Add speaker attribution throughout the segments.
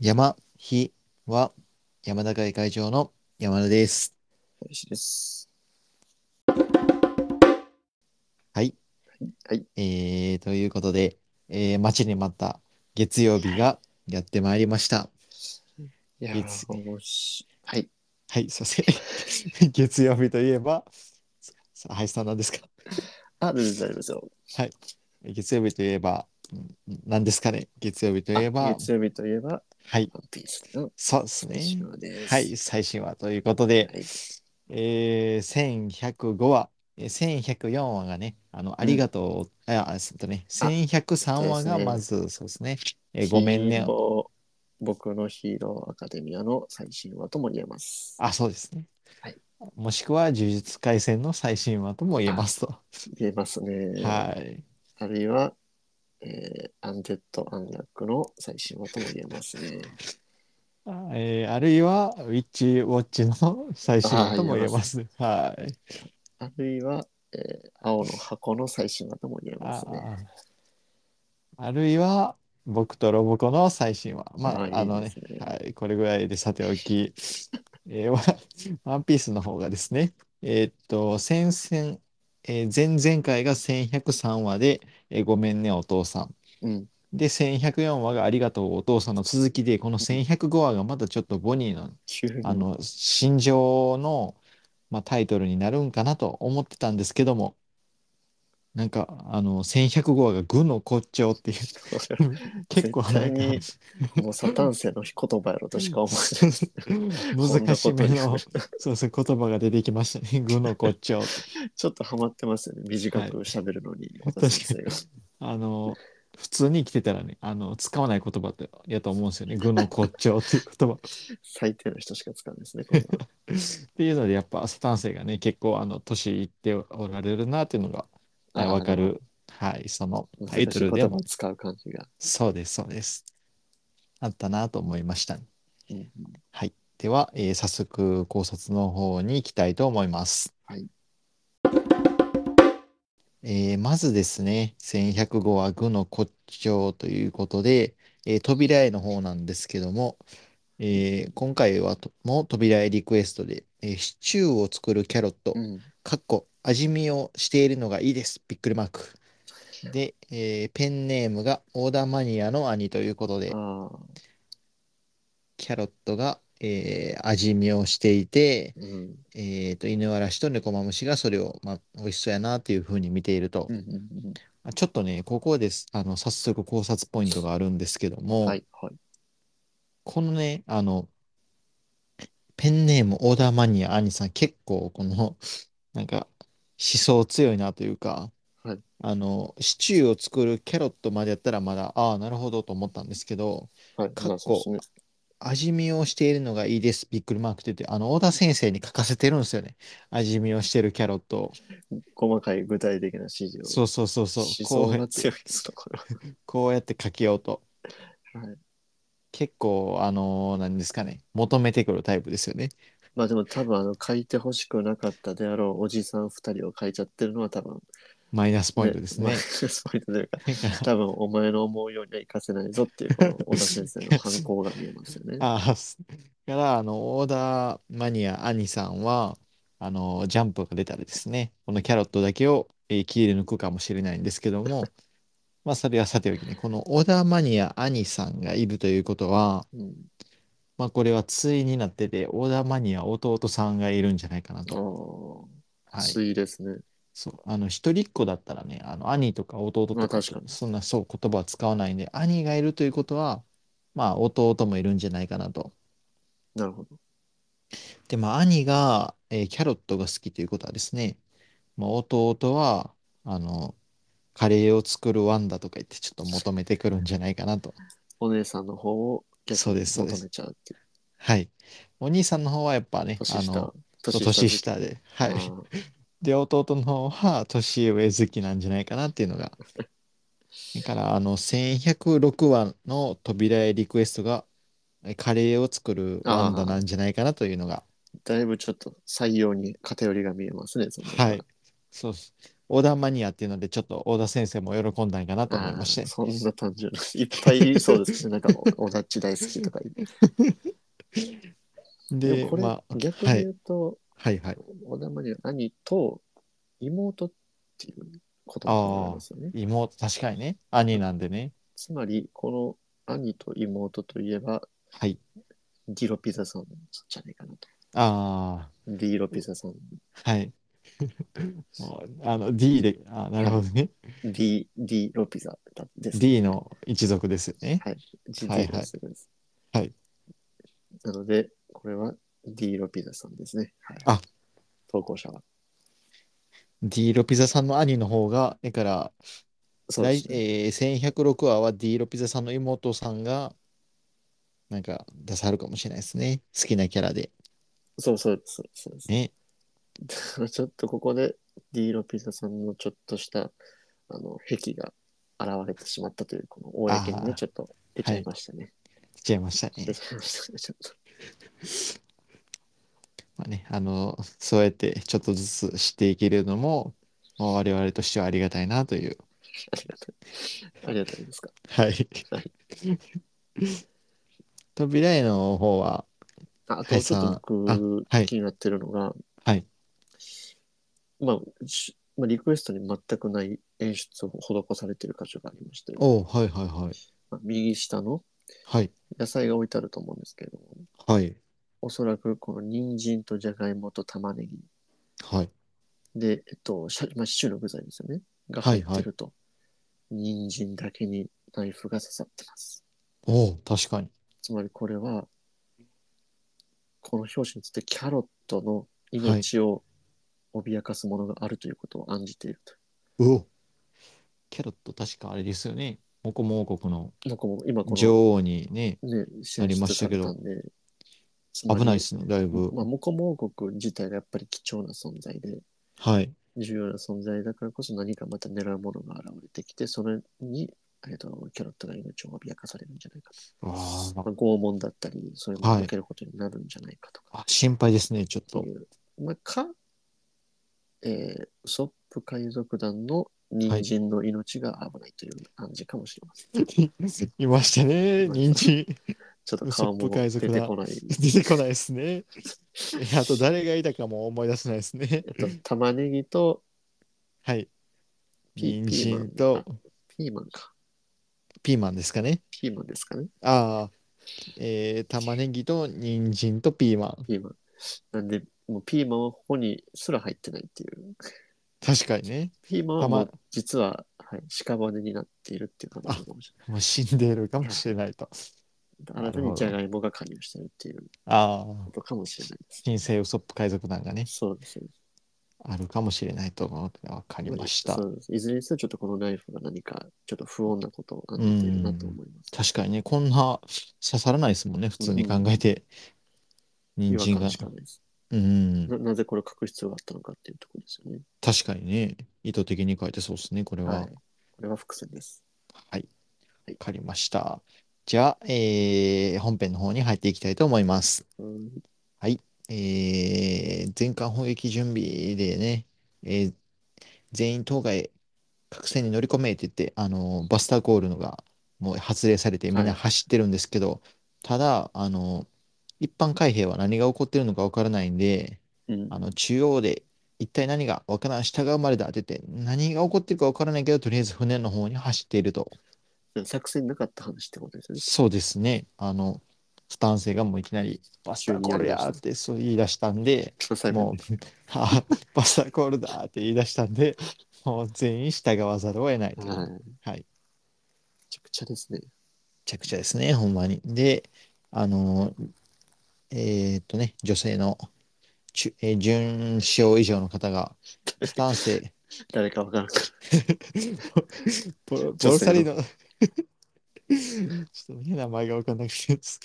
Speaker 1: 山、日は山田会会長の山田です。
Speaker 2: 林です。
Speaker 1: はい。
Speaker 2: はい。
Speaker 1: えー、ということで、えー、待ちに待った月曜日がやってまいりました。
Speaker 2: いや
Speaker 1: 月
Speaker 2: ー、面白いはい。
Speaker 1: はい、すいません。 月曜日といえば、さ林さんなんですか
Speaker 2: あ、全然大丈夫ですよ。
Speaker 1: 月曜日といえば、ん何ですかね月曜日といえ
Speaker 2: あ
Speaker 1: ば、
Speaker 2: 月曜日といえば、
Speaker 1: はい、
Speaker 2: ワンピースの
Speaker 1: そうです
Speaker 2: ス
Speaker 1: ね
Speaker 2: ペ。シャルです。
Speaker 1: はい、最新話ということで、
Speaker 2: はい。
Speaker 1: えー、1105話、えー1104話がね、あの、ありがとう、あ、あえっとね、1103話がまず、そうですね、えーごめん
Speaker 2: ヒ
Speaker 1: ね
Speaker 2: ー。ロー僕のヒーローアカデミアの最新話とも言えます。
Speaker 1: あ、そうですね
Speaker 2: はい。
Speaker 1: もしくは、呪術廻戦の最新話とも言えますと。
Speaker 2: 言えますね。
Speaker 1: はい。
Speaker 2: あるいは、えー、アンデッド・アンラックの最新話とも言えますね。
Speaker 1: えーあるいは、ウィッチウォッチの最新話とも言えます。はい。
Speaker 2: あるいは、えー、青の箱の最新話とも言えま
Speaker 1: あ
Speaker 2: すね。
Speaker 1: あるいは、僕とロボコの最新話。まあ、あの
Speaker 2: いい
Speaker 1: ね
Speaker 2: で、すね
Speaker 1: はい、これぐらいでさておき、えーワワンピースの方がですね、えーっと、先々、えー前々回が1103話で、えーごめんねお父さん。
Speaker 2: うん。
Speaker 1: で、1104話がありがとうお父さんの続きで、この1105話がまたちょっとボニーの、
Speaker 2: 急に。
Speaker 1: あの、心情の、まあ、タイトルになるんかなと思ってたんですけども、なんか、あの、1105話が軍の骨頂っていう、結構なんか、
Speaker 2: 絶もうサタン星の言葉やろとしか思えない。
Speaker 1: 難しめの、そうそう、言葉が出てきましたね。 具の骨頂。
Speaker 2: ちょっとハマってますよね。短く喋るのに。
Speaker 1: はい
Speaker 2: 小田先生が
Speaker 1: あの、普通に生きてたらね、あの、使わない言葉って、やと思うんですよね。具の骨頂っていう言葉。
Speaker 2: 最低の人しか使うんですね。これは
Speaker 1: っていうので、やっぱ、スタンセがね、結構、あの、年いっておられるなっていうのが、はい、 わか。る。はい、その
Speaker 2: あの
Speaker 1: タイトルで
Speaker 2: 難しい言葉
Speaker 1: も
Speaker 2: を、使う感じが。
Speaker 1: そうです、そうです。あったなと思いました。
Speaker 2: うん
Speaker 1: はい。では、えー早速考察の方に行きたいと思います。
Speaker 2: はい
Speaker 1: えーまずですね、1105は愚の骨頂ということで、えー扉絵の方なんですけども、えー今回はとも扉絵リクエストで、えーシチューを作るキャロット、
Speaker 2: うん
Speaker 1: かっこ味見をしているのがいいです。びっくりマーク。で、えーペンネームがオーダーマニアの兄ということで、
Speaker 2: ああ、
Speaker 1: キャロットが、えー味見をしていて、
Speaker 2: うん。うん
Speaker 1: えーと、犬わらしと猫まむしがそれを、まあ、美味しそうやなというふうに見ていると
Speaker 2: う、ん
Speaker 1: あちょっとね、ここです。あの、早速考察ポイントがあるんですけど
Speaker 2: うん
Speaker 1: も、
Speaker 2: はい、はい。
Speaker 1: このね、あの、ペンネームオーダーマニア兄さん、結構この、なんか、思想強いなというか、
Speaker 2: はい
Speaker 1: あの、シチューを作るキャロットまでやったらまだ、ああ、なるほどと思ったんですけど、
Speaker 2: はい、
Speaker 1: かっこ
Speaker 2: まあそうですね
Speaker 1: 味見をしているのがいいです、びっくりマークって言って、あの、小田先生に書かせてるんですよね。味見をしてるキャロットを。
Speaker 2: 細かい具体的な指示を。
Speaker 1: そうそうそうそう。
Speaker 2: 思
Speaker 1: こう
Speaker 2: 想
Speaker 1: や
Speaker 2: が
Speaker 1: って、
Speaker 2: 強いですところ。
Speaker 1: こうやって書きようと。
Speaker 2: はい
Speaker 1: 結構、あのー、何ですかね。求めてくるタイプですよね。
Speaker 2: まあでも多分あの書いてほしくなかったであろうおじさん二人を書いちゃってるのは多分
Speaker 1: マイナスポイントです
Speaker 2: まあ
Speaker 1: ね。
Speaker 2: そういうというか、
Speaker 1: だから
Speaker 2: 多分お前の思うようにはいかせないぞっていう、この小田先生 の反抗が見えますよね。
Speaker 1: ああ、すから、あの、オーダーマニア、兄さんは、あの、ジャンプが出たらですね、このキャロットだけを、えー切り抜くかもしれないんですけども、 まあ、それはさておきね、このオーダーマニア、兄さんがいるということは、
Speaker 2: うん、
Speaker 1: まあ、これは対になってて、オーダーマニア、弟さんがいるんじゃないかなと。
Speaker 2: ああ、
Speaker 1: はい。
Speaker 2: ついですね。
Speaker 1: そう、あの、一人っ子だったらね、あの、兄とか弟と
Speaker 2: まあ
Speaker 1: か、
Speaker 2: 確かに
Speaker 1: そんな、そう、言葉は使わないんで、兄がいるということは、まあ、弟もいるんじゃないかなと。
Speaker 2: なるほど。
Speaker 1: で、まあ、兄が、えーキャロットが好きということはですね、まあ、弟は、あの、カレーを作るワンダとか言って、ちょっと求めてくるんじゃないかなと。
Speaker 2: お姉さんの方を
Speaker 1: そう
Speaker 2: 逆に
Speaker 1: ですそう
Speaker 2: 求
Speaker 1: です
Speaker 2: めちゃうっていう。
Speaker 1: はい。お兄さんの方はやっぱね、あ
Speaker 2: 年下
Speaker 1: の、。そう年下で、はい。で、弟の方は年上好きなんじゃないかなっていうのが。 だから、あの、1106話の扉へリクエストが、えカレーを作るワンダなんじゃないかなというのが、
Speaker 2: だいぶちょっと採用に偏りが見えますね。その
Speaker 1: はい。そうっす。オーダーマニアっていうので、ちょっとオーダー先生も喜んだんかなと思い
Speaker 2: あ
Speaker 1: ま
Speaker 2: あ、
Speaker 1: して。
Speaker 2: そんな単純な。いっぱいいそうですね。なんか、おだっち大好きとか言って。で
Speaker 1: で、
Speaker 2: もこれ、
Speaker 1: まあ、
Speaker 2: 逆に
Speaker 1: は
Speaker 2: 言
Speaker 1: い、
Speaker 2: うと、
Speaker 1: はい、はい。
Speaker 2: 小田まりの兄と妹っていうことになりますよね。
Speaker 1: 妹、確かにね、兄なんでね。
Speaker 2: つまり、この兄と妹といえば、
Speaker 1: はい。
Speaker 2: ディロピザさんじゃないかなと。
Speaker 1: あ
Speaker 2: ディロピザさん。
Speaker 1: あ、はい。 もうあの、D で、あーなるほどね。
Speaker 2: D、D ロピザです。
Speaker 1: D の一族ですよね。
Speaker 2: はい。G、
Speaker 1: はい
Speaker 2: D ロピザです。
Speaker 1: はい。
Speaker 2: なので、これは D ロピザさんですね。はい。
Speaker 1: あ
Speaker 2: 投稿者は。
Speaker 1: D ロピザさんの兄の方が、だから、
Speaker 2: そうで
Speaker 1: 第
Speaker 2: すね。
Speaker 1: えー、1106話は D ロピザさんの妹さんが、なんか出さはるかもしれないですね。好きなキャラで。
Speaker 2: そうそうですそうですそうです。
Speaker 1: ね。
Speaker 2: ちょっとここで D ロピザさんのちょっとしたあの癖が現れてしまったというこの公に
Speaker 1: あ
Speaker 2: ね
Speaker 1: ー
Speaker 2: ちょっと出ちゃいましたね。
Speaker 1: 来ちゃいました
Speaker 2: 出
Speaker 1: ね。
Speaker 2: ちゃいましたねちょっと
Speaker 1: まあね、あの、そうやってちょっとずつ知っていけるのも、まあ我々としてはありがたいなという。
Speaker 2: ありがたい。ありがたいですか。
Speaker 1: はい。
Speaker 2: はい
Speaker 1: 扉絵の方は、
Speaker 2: ああ
Speaker 1: は
Speaker 2: と
Speaker 1: い
Speaker 2: ちょっと
Speaker 1: さ
Speaker 2: 僕
Speaker 1: あはい
Speaker 2: 気になってるのが、
Speaker 1: はい。
Speaker 2: まあ、しまあリクエストに全くない演出を施されている箇所がありまして、
Speaker 1: おうはいはいはい。
Speaker 2: まあ右下の
Speaker 1: はい。
Speaker 2: 野菜が置いてあると思うんですけれども、
Speaker 1: はい。
Speaker 2: おそらくこの人参とじゃがいもと玉ねぎ
Speaker 1: はい。
Speaker 2: で、えっと、シャまあ、シチューの具材ですよね。が入ってると。人参だけにナイフが刺さってます。
Speaker 1: おう確かに。
Speaker 2: つまりこれは、この表紙についてキャロットの命を脅かすものがあるということを案じていると。
Speaker 1: うおキャロット確かあれですよね。モコモ王国の
Speaker 2: なんかもう今この、
Speaker 1: 女王にね、
Speaker 2: ね、
Speaker 1: な
Speaker 2: 選
Speaker 1: りま
Speaker 2: 出
Speaker 1: し
Speaker 2: さ
Speaker 1: たけ
Speaker 2: れ
Speaker 1: ど
Speaker 2: たんで、つまり
Speaker 1: 危ないですね、だいぶ。
Speaker 2: まあ、モコモ王国自体がやっぱり貴重な存在で、
Speaker 1: はい。
Speaker 2: 重要な存在だからこそ何かまた狙うものが現れてきて、それに、えっとキャロットが命を脅かされるんじゃないかと。
Speaker 1: あ
Speaker 2: まあ、拷問だったり、そういうのを受けることになるんじゃないかとか
Speaker 1: あ、心配ですね、ちょっ
Speaker 2: って
Speaker 1: と
Speaker 2: い。う。まあ、か、えー、ウソップ海賊団の人参の命が危ないという暗示かもしれません。
Speaker 1: いましたね、人参。
Speaker 2: ちょっと顔
Speaker 1: ウソップ
Speaker 2: も
Speaker 1: 海
Speaker 2: 出
Speaker 1: 賊
Speaker 2: て
Speaker 1: 団
Speaker 2: こない。
Speaker 1: 出てこないですね。あと、誰がいたかも思い出せないですね
Speaker 2: え。っと、 玉ねぎと
Speaker 1: はい。
Speaker 2: ピ
Speaker 1: 人
Speaker 2: ピーマ
Speaker 1: 参
Speaker 2: ン
Speaker 1: と
Speaker 2: ピーマンか。
Speaker 1: ピーマンですかね。
Speaker 2: ピーマンですかね。
Speaker 1: ああ、えー、玉ねぎと人参とピーマン。
Speaker 2: ピーマン。なんで、もうピーマンはここにすら入ってないっていう。
Speaker 1: 確かにね。
Speaker 2: ピーマンはもう
Speaker 1: 玉
Speaker 2: 実は、はい、屍になっているっていう感じなのかもしれない。
Speaker 1: もう死んでいるかもしれないと。
Speaker 2: 新たにジャガイモが加入してるっていう
Speaker 1: ああ
Speaker 2: こ、とかもしれないです。
Speaker 1: 新生ウソップ海賊団がね、
Speaker 2: そうですね。
Speaker 1: あるかもしれないと思うので、わかりました
Speaker 2: そ。うですいずれにせよ、ちょっとこのナイフが何か、ちょっと不穏なことを感じているなと思います。
Speaker 1: 確かにね、こんな刺さらないですもんね、普通に考えて。
Speaker 2: 違
Speaker 1: 人参
Speaker 2: 和
Speaker 1: が
Speaker 2: 感し。かないです。
Speaker 1: うん、
Speaker 2: ななぜこれを書く必要があったのかっていうところですよね。
Speaker 1: 確かにね、意図的に書いてそうですね、これは。
Speaker 2: は
Speaker 1: はいい。。
Speaker 2: これは伏線です。
Speaker 1: わ、
Speaker 2: はい
Speaker 1: かりました。じゃあ、えー本編の方に入っていきたいと思います。
Speaker 2: うん
Speaker 1: えー前艦砲撃準備でね、えー全員当該各船に乗り込めって言って、あのーバスターコールのがもう発令されてみんな走ってるんですけど、ただ、あのー一般海兵は何が起こってるのかわからないんで、
Speaker 2: うん
Speaker 1: あの中央で一体何がわからん、下が生まれだって言って、何が起こってるかわからないけど、とりあえず船の方に走っていると。
Speaker 2: 作戦なかった話ってことですよね。
Speaker 1: そうですね。あの、スタンセがもういきなり、バスターコールやーってそう言い出したんで、
Speaker 2: 最後
Speaker 1: もう、 あバスターコールだーって言い出したんで、 もう全員従わざるを得ないという。め
Speaker 2: はい。め
Speaker 1: はい。
Speaker 2: ちゃくちゃですね。
Speaker 1: ちゃくちゃですね、ほんまに。で、あのー、えーっとね、女性の、ちゅえー準使用以上の方が、スタンセ、
Speaker 2: 誰かわからんから。
Speaker 1: ボロボ
Speaker 2: 女
Speaker 1: ロ
Speaker 2: 性
Speaker 1: サ
Speaker 2: の
Speaker 1: リーの、 ちょっとね、名前が分かんなくて、ス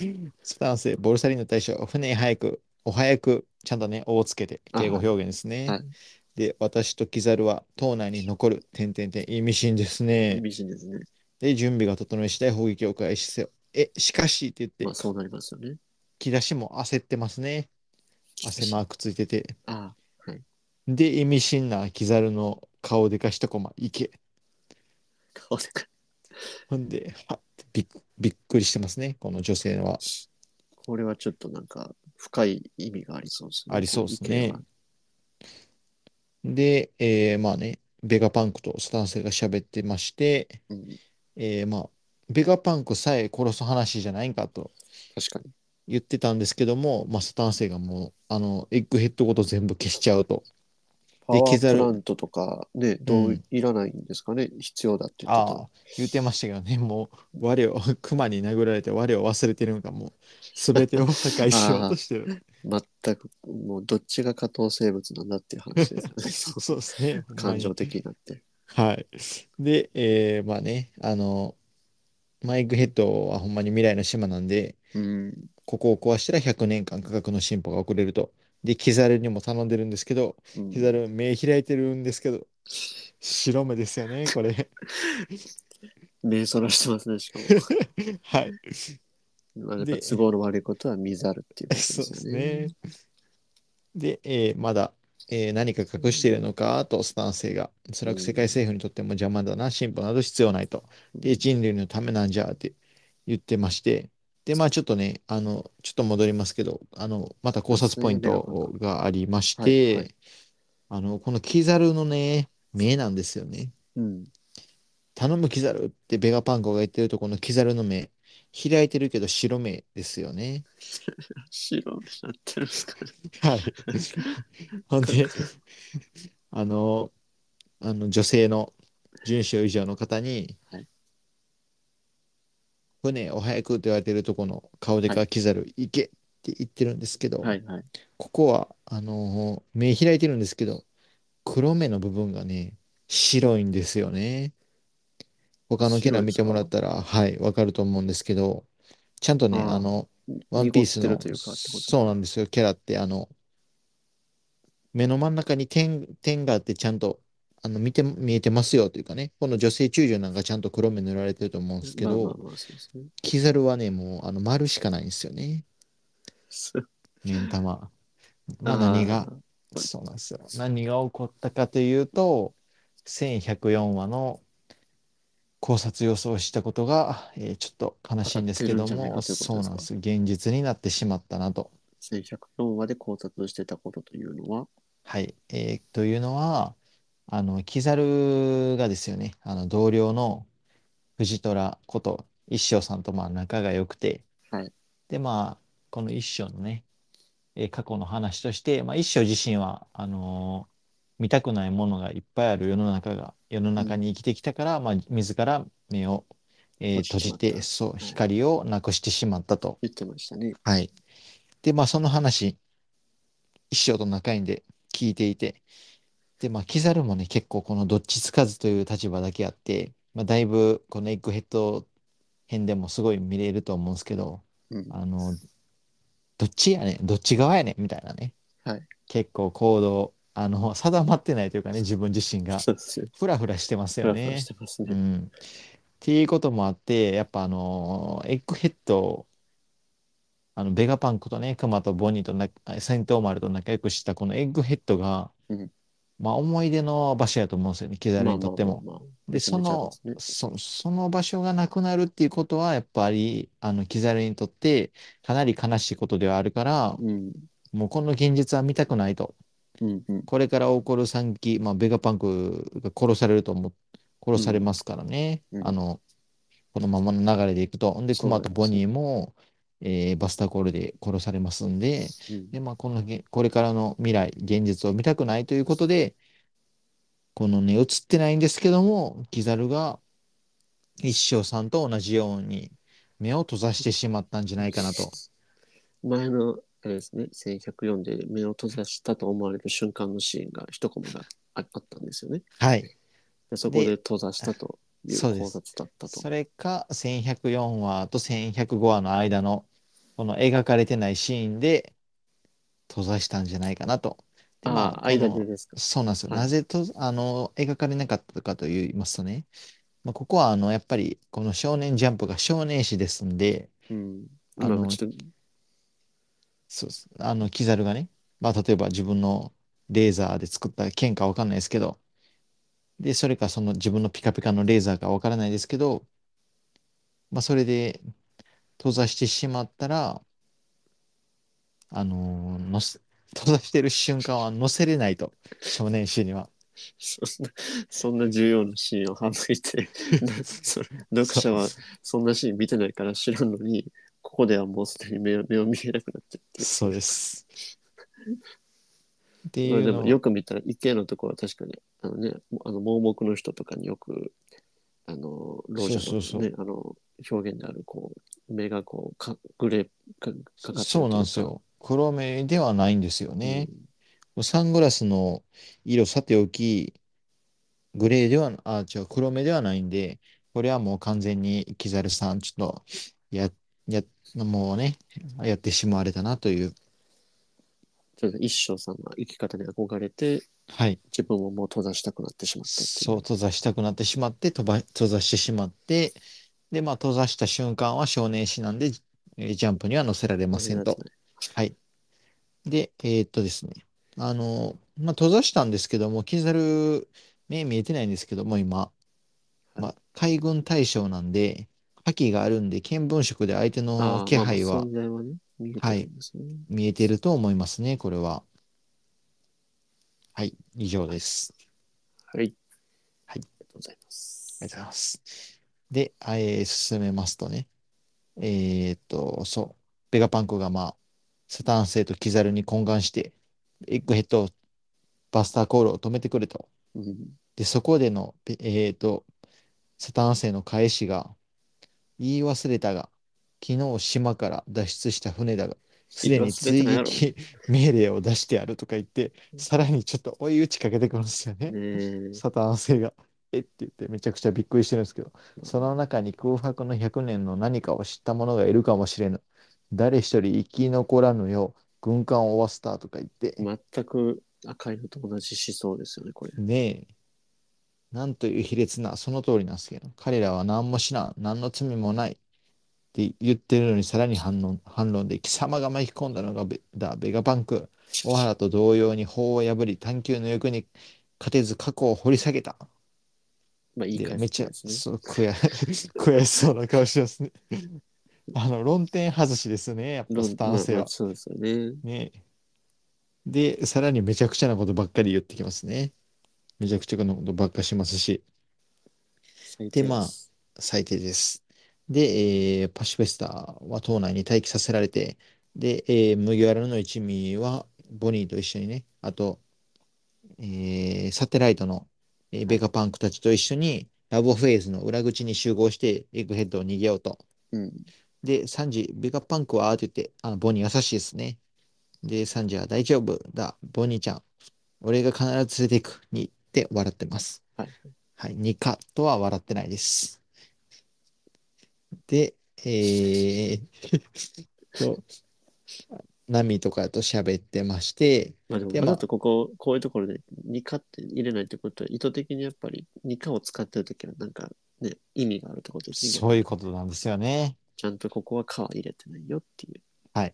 Speaker 1: タンス、ボルサリーノ大将、船に早く、お早く、ちゃんとね、おをつけて、敬語表現ですね。
Speaker 2: はい
Speaker 1: で、私とキザルは、島内に残る、点点点、意味深ですね。
Speaker 2: 美人ですね。
Speaker 1: で、準備が整い次第、砲撃を開始せよ。え、しかしって言
Speaker 2: まあ
Speaker 1: って、
Speaker 2: そうなりますよね。
Speaker 1: 木出しも焦ってますね。汗マークついてて。
Speaker 2: ああ、
Speaker 1: で、意味深なキザルの顔でか一コマいけ。
Speaker 2: 顔でかい。
Speaker 1: ほんで、はってびっびっくりしてますね、この女性は。
Speaker 2: これはちょっとなんか深い意味がありそうですね。
Speaker 1: ありそうですね
Speaker 2: この意見は
Speaker 1: で、えーまあね、ベガパンクとスタンセが喋ってまして、
Speaker 2: うん、
Speaker 1: えーまあ、ベガパンクさえ殺す話じゃないかと
Speaker 2: 確かに。
Speaker 1: 言ってたんですけども、まあ、スタンセがもう、あの、エッグヘッドごと全部消しちゃうと。
Speaker 2: パワ
Speaker 1: 消
Speaker 2: ー
Speaker 1: ざ
Speaker 2: プ
Speaker 1: る
Speaker 2: ラントとかね、ど
Speaker 1: う
Speaker 2: うんいらないんですかね、必要だって言って
Speaker 1: ああ、言ってましたけどね、 もう、我を、熊に殴られて我を忘れてるのか、もう、すべてを破壊しようとして る。
Speaker 2: た。全くもうどっちが下等生物なんだっていう話 ですよね
Speaker 1: そうですね。
Speaker 2: 感情的になって。
Speaker 1: はい。で、えーまあね、あの、マイクヘッドはほんまに未来の島なんで、
Speaker 2: うん、
Speaker 1: ここを壊したら100年間価格の進歩が遅れると。で、キザルにも頼んでるんですけど、
Speaker 2: うん
Speaker 1: キザル目開いてるんですけど、白目ですよね、これ。
Speaker 2: 目そらしてますね、しか
Speaker 1: はい。
Speaker 2: も。まあ、なんか
Speaker 1: で
Speaker 2: 都合の悪いことは見ざる っていうこと
Speaker 1: そうで
Speaker 2: ですすよね
Speaker 1: ね。。で、えーまだ、えー何か隠しているのかとスタンスが、おそらく世界政府にとっても邪魔だな、進歩など必要ないと。で、人類のためなんじゃって言ってまして、で、まあちょっとね、あの、ちょっと戻りますけど、あの、また考察ポイントがありまし
Speaker 2: はいは
Speaker 1: て
Speaker 2: い、
Speaker 1: あの、このキザルのね、目なんですよね。
Speaker 2: うん、
Speaker 1: 頼むキザルってベガパンコが言ってると、このキザルの目、開いてるけど白目ですよね。
Speaker 2: 白になってるんですかね。
Speaker 1: はい。ほんで、あの、あの女性の準将以上の方に、
Speaker 2: はい
Speaker 1: 船を早くと言われてるとこの顔で
Speaker 2: は
Speaker 1: かキザル行けって言ってるんですけど、
Speaker 2: はいはい。
Speaker 1: ここは、あの、目開いてるんですけど、黒目の部分がね、白いんですよね。他のキャラ見てもらったら、はい、わかると思うんですけど、ちゃんとね、
Speaker 2: あー
Speaker 1: あの、ワンピース
Speaker 2: 濁
Speaker 1: の、
Speaker 2: ってるというかってこと
Speaker 1: そうなんですよ、キャラって、あの、目の真ん中に点、点があって、ちゃんと、あの、見て、見えてますよというかね、この女性中将なんかちゃんと黒目塗られてると思うんですけ
Speaker 2: まあ
Speaker 1: ど、
Speaker 2: まあまあ、そうですね。
Speaker 1: キザルはね、もう、あの、丸しかないんですよね、 目ん玉。まあ、何が、
Speaker 2: はい
Speaker 1: そうなんですよ。何が起こったかというと、1104話の考察予想したことが、えーちょっと悲しいんですけど
Speaker 2: 当たってるんじゃない
Speaker 1: も、
Speaker 2: かということですか
Speaker 1: そうなんです。現実になってしまったなと。
Speaker 2: 1104話で考察してたことというのは、
Speaker 1: はい。えーというのは、あの、キザルがですよね、あの、同僚の藤虎こと一生さんとまあ仲が良くて、
Speaker 2: はい
Speaker 1: で、まあ、この一生のね、えー過去の話として、まあ、一生自身は、あのー見たくないものがいっぱいある世の中が、世の中に生きてきたから、まあ、自ら目を、えー閉
Speaker 2: 閉じ
Speaker 1: じ
Speaker 2: てしまっ
Speaker 1: て、そう、
Speaker 2: たい
Speaker 1: 光をなくしてしまったと。
Speaker 2: 言ってましたね。
Speaker 1: はい。で、まあ、その話、一生と仲いいんで聞いていて、で、まあ、キザルもね、結構このどっちつかずという立場だけあって、まあ、だいぶこのエッグヘッド編でもすごい見れると思うんですけど、
Speaker 2: うん、
Speaker 1: あの、どっちやねん、どっち側やねん、みたいなね。
Speaker 2: はい
Speaker 1: 結構行動、あの、定まってないというかね、自分自身が、
Speaker 2: そうですよ。
Speaker 1: ふらふらしてます
Speaker 2: フ
Speaker 1: よ
Speaker 2: ラフラ
Speaker 1: ね
Speaker 2: し。てます
Speaker 1: う
Speaker 2: ね。
Speaker 1: ん。っていうこともあって、やっぱあのーエッグヘッド、あの、ベガパンクとね、クマとボニーとな、セントーマルと仲良くしたこのエッグヘッドが、
Speaker 2: うん
Speaker 1: まあ思い出の場所やと思うんですよね、キザルにとっても。
Speaker 2: まあまあまあまあ
Speaker 1: で、その、
Speaker 2: めちゃめちゃですね
Speaker 1: そ、その場所がなくなるっていうことは、やっぱり、あの、キザルにとって、かなり悲しいことではあるから、
Speaker 2: うん、
Speaker 1: もうこの現実は見たくないと。
Speaker 2: うん、うん。
Speaker 1: これから起こる惨劇、まあ、ベガパンクが殺されると思う、殺されますからね、
Speaker 2: うんうん
Speaker 1: あの、このままの流れでいくと。で、
Speaker 2: そ
Speaker 1: ク
Speaker 2: うな
Speaker 1: マ
Speaker 2: んで
Speaker 1: と
Speaker 2: す
Speaker 1: ボニーも、えーバスターコールで殺されますんで、
Speaker 2: うん
Speaker 1: で、まあ、このげ、これからの未来、現実を見たくないということで、このね、映ってないんですけども、キザルが一生さんと同じように目を閉ざしてしまったんじゃないかなと。
Speaker 2: 前のあれですね1104で目を閉ざしたと思われる瞬間のシーンが一コマがああったんですよね
Speaker 1: はい。
Speaker 2: でそこで閉ざしたという
Speaker 1: そうです
Speaker 2: 考察だったと
Speaker 1: それか、1104話と1105話の間の、この描かれてないシーンで閉ざしたんじゃないかなと。でま
Speaker 2: ああ
Speaker 1: この
Speaker 2: 間でですか
Speaker 1: そうなんですよ。
Speaker 2: はい
Speaker 1: なぜと、あの、描かれなかったかと言いますとね、まあ、ここは、あの、やっぱり、この少年ジャンプが少年誌ですんで、
Speaker 2: うん
Speaker 1: あの
Speaker 2: まあちょっと
Speaker 1: そうです。あの、キザルがね、まあ、例えば自分のレーザーで作った剣かわかんないですけど、で、それかその自分のピカピカのレーザーかわからないですけど、まあ、それで閉ざしてしまったら、あのーのせ、閉ざしてる瞬間は載せれないと、少年誌には。
Speaker 2: そんな、 そんな重要なシーンを省 いて、なそれ読者はそんなシーン見てないから知らんのに、ここではもうすでに目を目を見えなくなっちゃってる。
Speaker 1: そうです。ってい
Speaker 2: まあ
Speaker 1: う
Speaker 2: で
Speaker 1: の
Speaker 2: もよく見たら池のところは確かに、あのね、あの盲目の人とかによく、あの、老者のね、
Speaker 1: そうそうそう
Speaker 2: あの、表現である、こう、目がこう、かグレーかかかってる
Speaker 1: そうなんですよ。黒目ではないんですよ
Speaker 2: と
Speaker 1: ね。
Speaker 2: いうか。
Speaker 1: サングラスの色さておき、グレーではな、あ、違う、黒目ではないんで、これはもう完全にキきルさん、ちょっと、や、や、もうね、やってしまわれたなという。
Speaker 2: うんちょっと一生さんの生き方に憧れて、
Speaker 1: はい。
Speaker 2: 自分をもう閉ざしたくなってしまったっていう
Speaker 1: そう、閉ざしたくなってしまって、飛ば、閉ざしてしまって、で、まあ、閉ざした瞬間は少年誌なんで、えージャンプには載せられませんと。はい。で、えーっとですね。あの、まあ、閉ざしたんですけども、キザル、目見えてないんですけども、今。まあ、海軍大将なんで、覇気があるんで、見聞色で相手
Speaker 2: あ
Speaker 1: の
Speaker 2: あ
Speaker 1: 気配
Speaker 2: まあ
Speaker 1: は
Speaker 2: 存在はね、見えてるんですよね。
Speaker 1: 見えてると思いますね、これは。はい、以上です。
Speaker 2: はい。は
Speaker 1: は
Speaker 2: い。あ
Speaker 1: い
Speaker 2: りがとうございます。
Speaker 1: ありがとうございます。で、あえー進めますとね、えーっと、そう、ベガパンクがまあ、サターン星とキザルに懇願して、エッグヘッド、バスターコールを止めてくれと。
Speaker 2: うん
Speaker 1: で、そこでの、えーっと、サターン星の返しが、言い忘れたが、昨日島から脱出した船だが、すでに追
Speaker 2: 忘れて
Speaker 1: 撃命令を出してやるとか言って、さらにちょっと追い打ちかけてくるんですよね。
Speaker 2: ねえ
Speaker 1: サターン星が、えって言ってめちゃくちゃびっくりしてるんですけど、その中に空白の100年の何かを知った者がいるかもしれぬ。誰一人生き残らぬよう、軍艦を追わせたとか言って、
Speaker 2: 全く赤いのと同じ思想ですよね、これ。
Speaker 1: ねえ。なんという卑劣な、その通りなんですけど、彼らは何も知らん、何の罪もないって言ってるのに、さらに反論、反論で、貴様が巻き込んだのがベ、だ、ベガパンク。小原と同様に法を破り、探求の欲に勝てず過去を掘り下げた。
Speaker 2: まあいい
Speaker 1: で
Speaker 2: 感
Speaker 1: めっち
Speaker 2: じ
Speaker 1: ゃ、
Speaker 2: ですね。
Speaker 1: そう、悔や、 悔しそうな顔してますね。 あの、論点外しですね、やっぱ
Speaker 2: 論
Speaker 1: スタンス
Speaker 2: まあま
Speaker 1: は
Speaker 2: あ。そうですよね。
Speaker 1: ね。で、さらにめちゃくちゃなことばっかり言ってきますね。めちゃくちゃなことばっかしますし。
Speaker 2: 最
Speaker 1: で
Speaker 2: 低
Speaker 1: まあ
Speaker 2: す
Speaker 1: 最低です。で、えーパシフェスタは島内に待機させられて、で、えー麦わらの一味はボニーと一緒にね、あと、えーサテライトの、えーベガパンクたちと一緒にラボフェーズの裏口に集合してエッグヘッドを逃げようと。
Speaker 2: うん。
Speaker 1: で、サンジ、ベガパンクはって言って、あの、ボニー優しいですね。で、サンジは大丈夫だ、ボニーちゃん。俺が必ず連れて行くにって笑ってます。
Speaker 2: はい。
Speaker 1: はい、ニカとは笑ってないです。で、えー、と、ナミとかと喋ってまして、
Speaker 2: まあでも
Speaker 1: で
Speaker 2: わ
Speaker 1: まあ
Speaker 2: ざとここ、こういうところでニカって入れないってことは、意図的にやっぱりニカを使ってるときはなんかね、意味があるってことですね。
Speaker 1: そういうことなんですよね。
Speaker 2: ちゃんとここはカは入れてないよっていう。
Speaker 1: ちょっ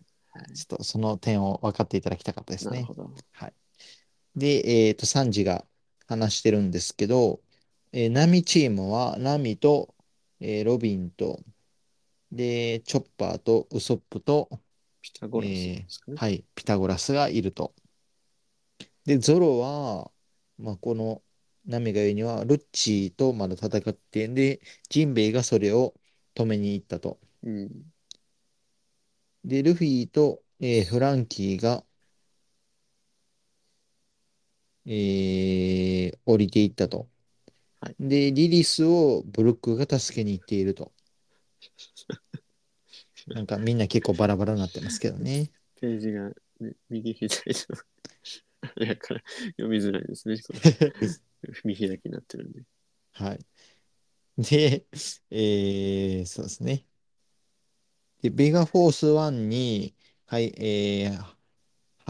Speaker 1: とその点を分かっていただきたかったです
Speaker 2: なる
Speaker 1: ね
Speaker 2: ほ。ど。
Speaker 1: で、えっと、サンジが話してるんですけど、えーナミチームは、ナミと、えーロビンと、で、チョッパーとウソップと、
Speaker 2: ピタゴラスですかね。
Speaker 1: はい、ピタゴラスがいると。で、ゾロは、まあ、このナミが言うには、ルッチーとまだ戦ってんで、ジンベイがそれを止めに行ったと。
Speaker 2: うん。
Speaker 1: で、ルフィと、えーフランキーが、えー降りていったと
Speaker 2: はい。
Speaker 1: で、リリスをブルックが助けに行っていると。なんかみんな結構バラバラになってますけどね。
Speaker 2: ページが、ね、右左と。あれやから読みづらいで すね。これ見開きになってるんで。
Speaker 1: はい。で、えーそうですね。で、ベガフォース1に、はい、えー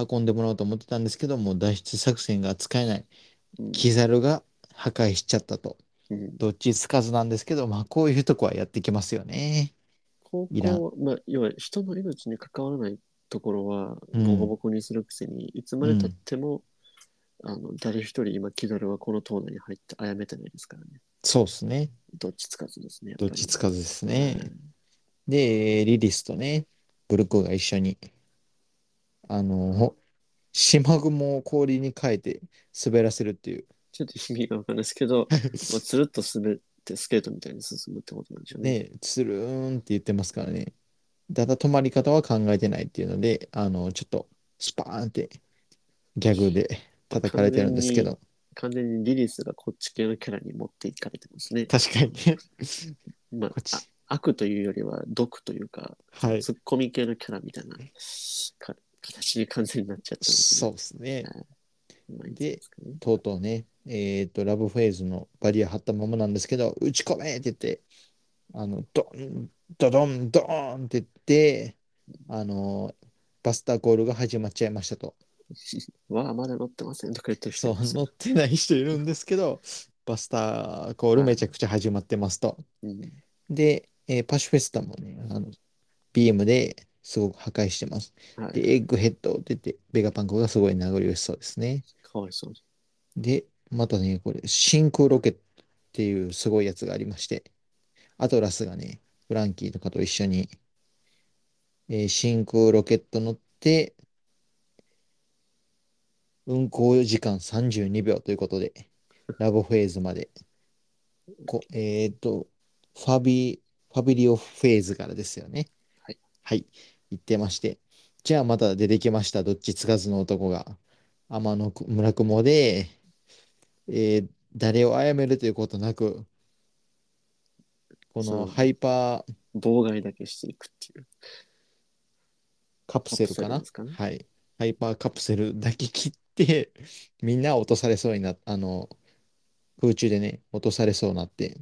Speaker 1: 運んでもらおうと思ってたんですけど、もう脱出作戦が使えない。
Speaker 2: うん
Speaker 1: キザルが破壊しちゃったと。
Speaker 2: うん
Speaker 1: どっちつかずなんですけど、まあ、こういうとこはやってきますよね。
Speaker 2: 高
Speaker 1: いらん
Speaker 2: 校は、まあ、要は人の命に関わらないところは
Speaker 1: うん
Speaker 2: ボコボコにするくせに、いつまでたっても、あの、誰一人今、キドルはこの党内に入って、あやめてないですからね。
Speaker 1: そうですね。
Speaker 2: どっちつかずですね。やぱ
Speaker 1: どっ
Speaker 2: り
Speaker 1: ちつかずですね。で、リリスとね、ブルクが一緒に、あの、島雲を氷に変えて滑らせる っていう。
Speaker 2: ちょっと意味がわかんないですけ ど、まあ、つるっと滑ってスケートみたいに進むってことなんでしょうね。
Speaker 1: ね、つるーんって言ってますからね。ただ止まり方は考えてないっていうので、あの、ちょっとスパーンってギャグで叩かれてるんですけど、
Speaker 2: 完全にリリースがこっち系のキャラに持っていかれてますね。
Speaker 1: 確かに ね。
Speaker 2: まあ
Speaker 1: こっち、
Speaker 2: あ悪というよりは毒というか、
Speaker 1: はい。
Speaker 2: ツッコミ系のキャラみたいなか形に完全になっちゃってますね。
Speaker 1: そうですね。
Speaker 2: うまいんですかね。
Speaker 1: とうとうね、えっと、ラブフェーズのバリア張ったままなんですけど、打ち込めって言って、あの、ドン、ドドン、ドーンって言って、あの、バスターコールが始まっちゃいましたと。
Speaker 2: わあ、まだ乗ってませんとか言ってる
Speaker 1: そ
Speaker 2: 人
Speaker 1: う
Speaker 2: います
Speaker 1: 乗ってない人いるんですけど、バスターコールめちゃくちゃ始まってますと。
Speaker 2: うん
Speaker 1: で、えーパシフェスタもね、あの、ビームですごく破壊してます。
Speaker 2: はい
Speaker 1: で、エッグヘッドって言って、ベガパンクがすごい殴りをしそうですね。
Speaker 2: かわいそうに。
Speaker 1: で、またね、これ、真空ロケットっていうすごいやつがありまして、アトラスがね、フランキーとかと一緒に、えー真空ロケット乗って、運行時間32秒ということで、ラボフェーズまで、こえっと、ファビ、ファビリオフェーズからですよね。
Speaker 2: はい。
Speaker 1: はい。行ってまして。じゃあまた出てきました。どっちつかずの男が。天の村雲で、えー誰を殺めるということなく、こ
Speaker 2: そう
Speaker 1: のハイパー
Speaker 2: 妨害だけしていくっていう。
Speaker 1: カプセルか
Speaker 2: カプセル
Speaker 1: な
Speaker 2: ですかね
Speaker 1: はい。ハイパーカプセルだけ切って、 みんな落とされそうになっあの、空中でね、落とされそうになって。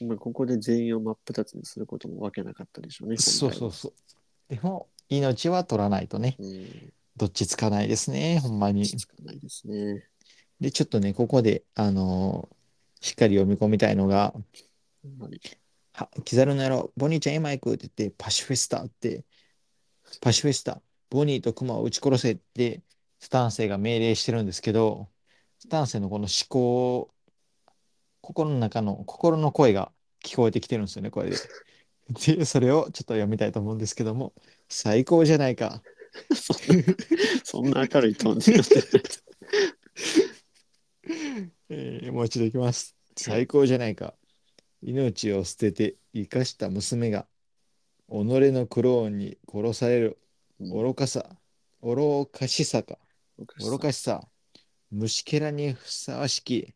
Speaker 2: まあ、ここで全員を真っ二つにすることもわけなかったでしょうね。
Speaker 1: そうそうそう。でも、命は取らないとね、
Speaker 2: 今回は。うん。
Speaker 1: どっちつかないですね、ほんまに
Speaker 2: 落。ち着かないですね。
Speaker 1: で、ちょっとね、ここで、あのーしっかり読み込みたいのが、
Speaker 2: はい
Speaker 1: は、キザルの野郎、ボニーちゃん今行くって言って、パシフェスタって、パシフェスタ、ボニーとクマを撃ち殺せって、スタンセイが命令してるんですけど、スタンセイのこの思考、心の中の、心の声が聞こえてきてるんですよね、これで。で、それをちょっと読みたいと思うんですけども、最高じゃないか。
Speaker 2: そんな明るいトーンでやって ないと
Speaker 1: えーもう一度いきます。最高じゃないか。命を捨てて生かした娘が、己の苦労に殺される
Speaker 2: うん
Speaker 1: 愚かさ、愚かしさか、
Speaker 2: おかし
Speaker 1: 愚
Speaker 2: さ
Speaker 1: かしさ、虫けらにふさわしき、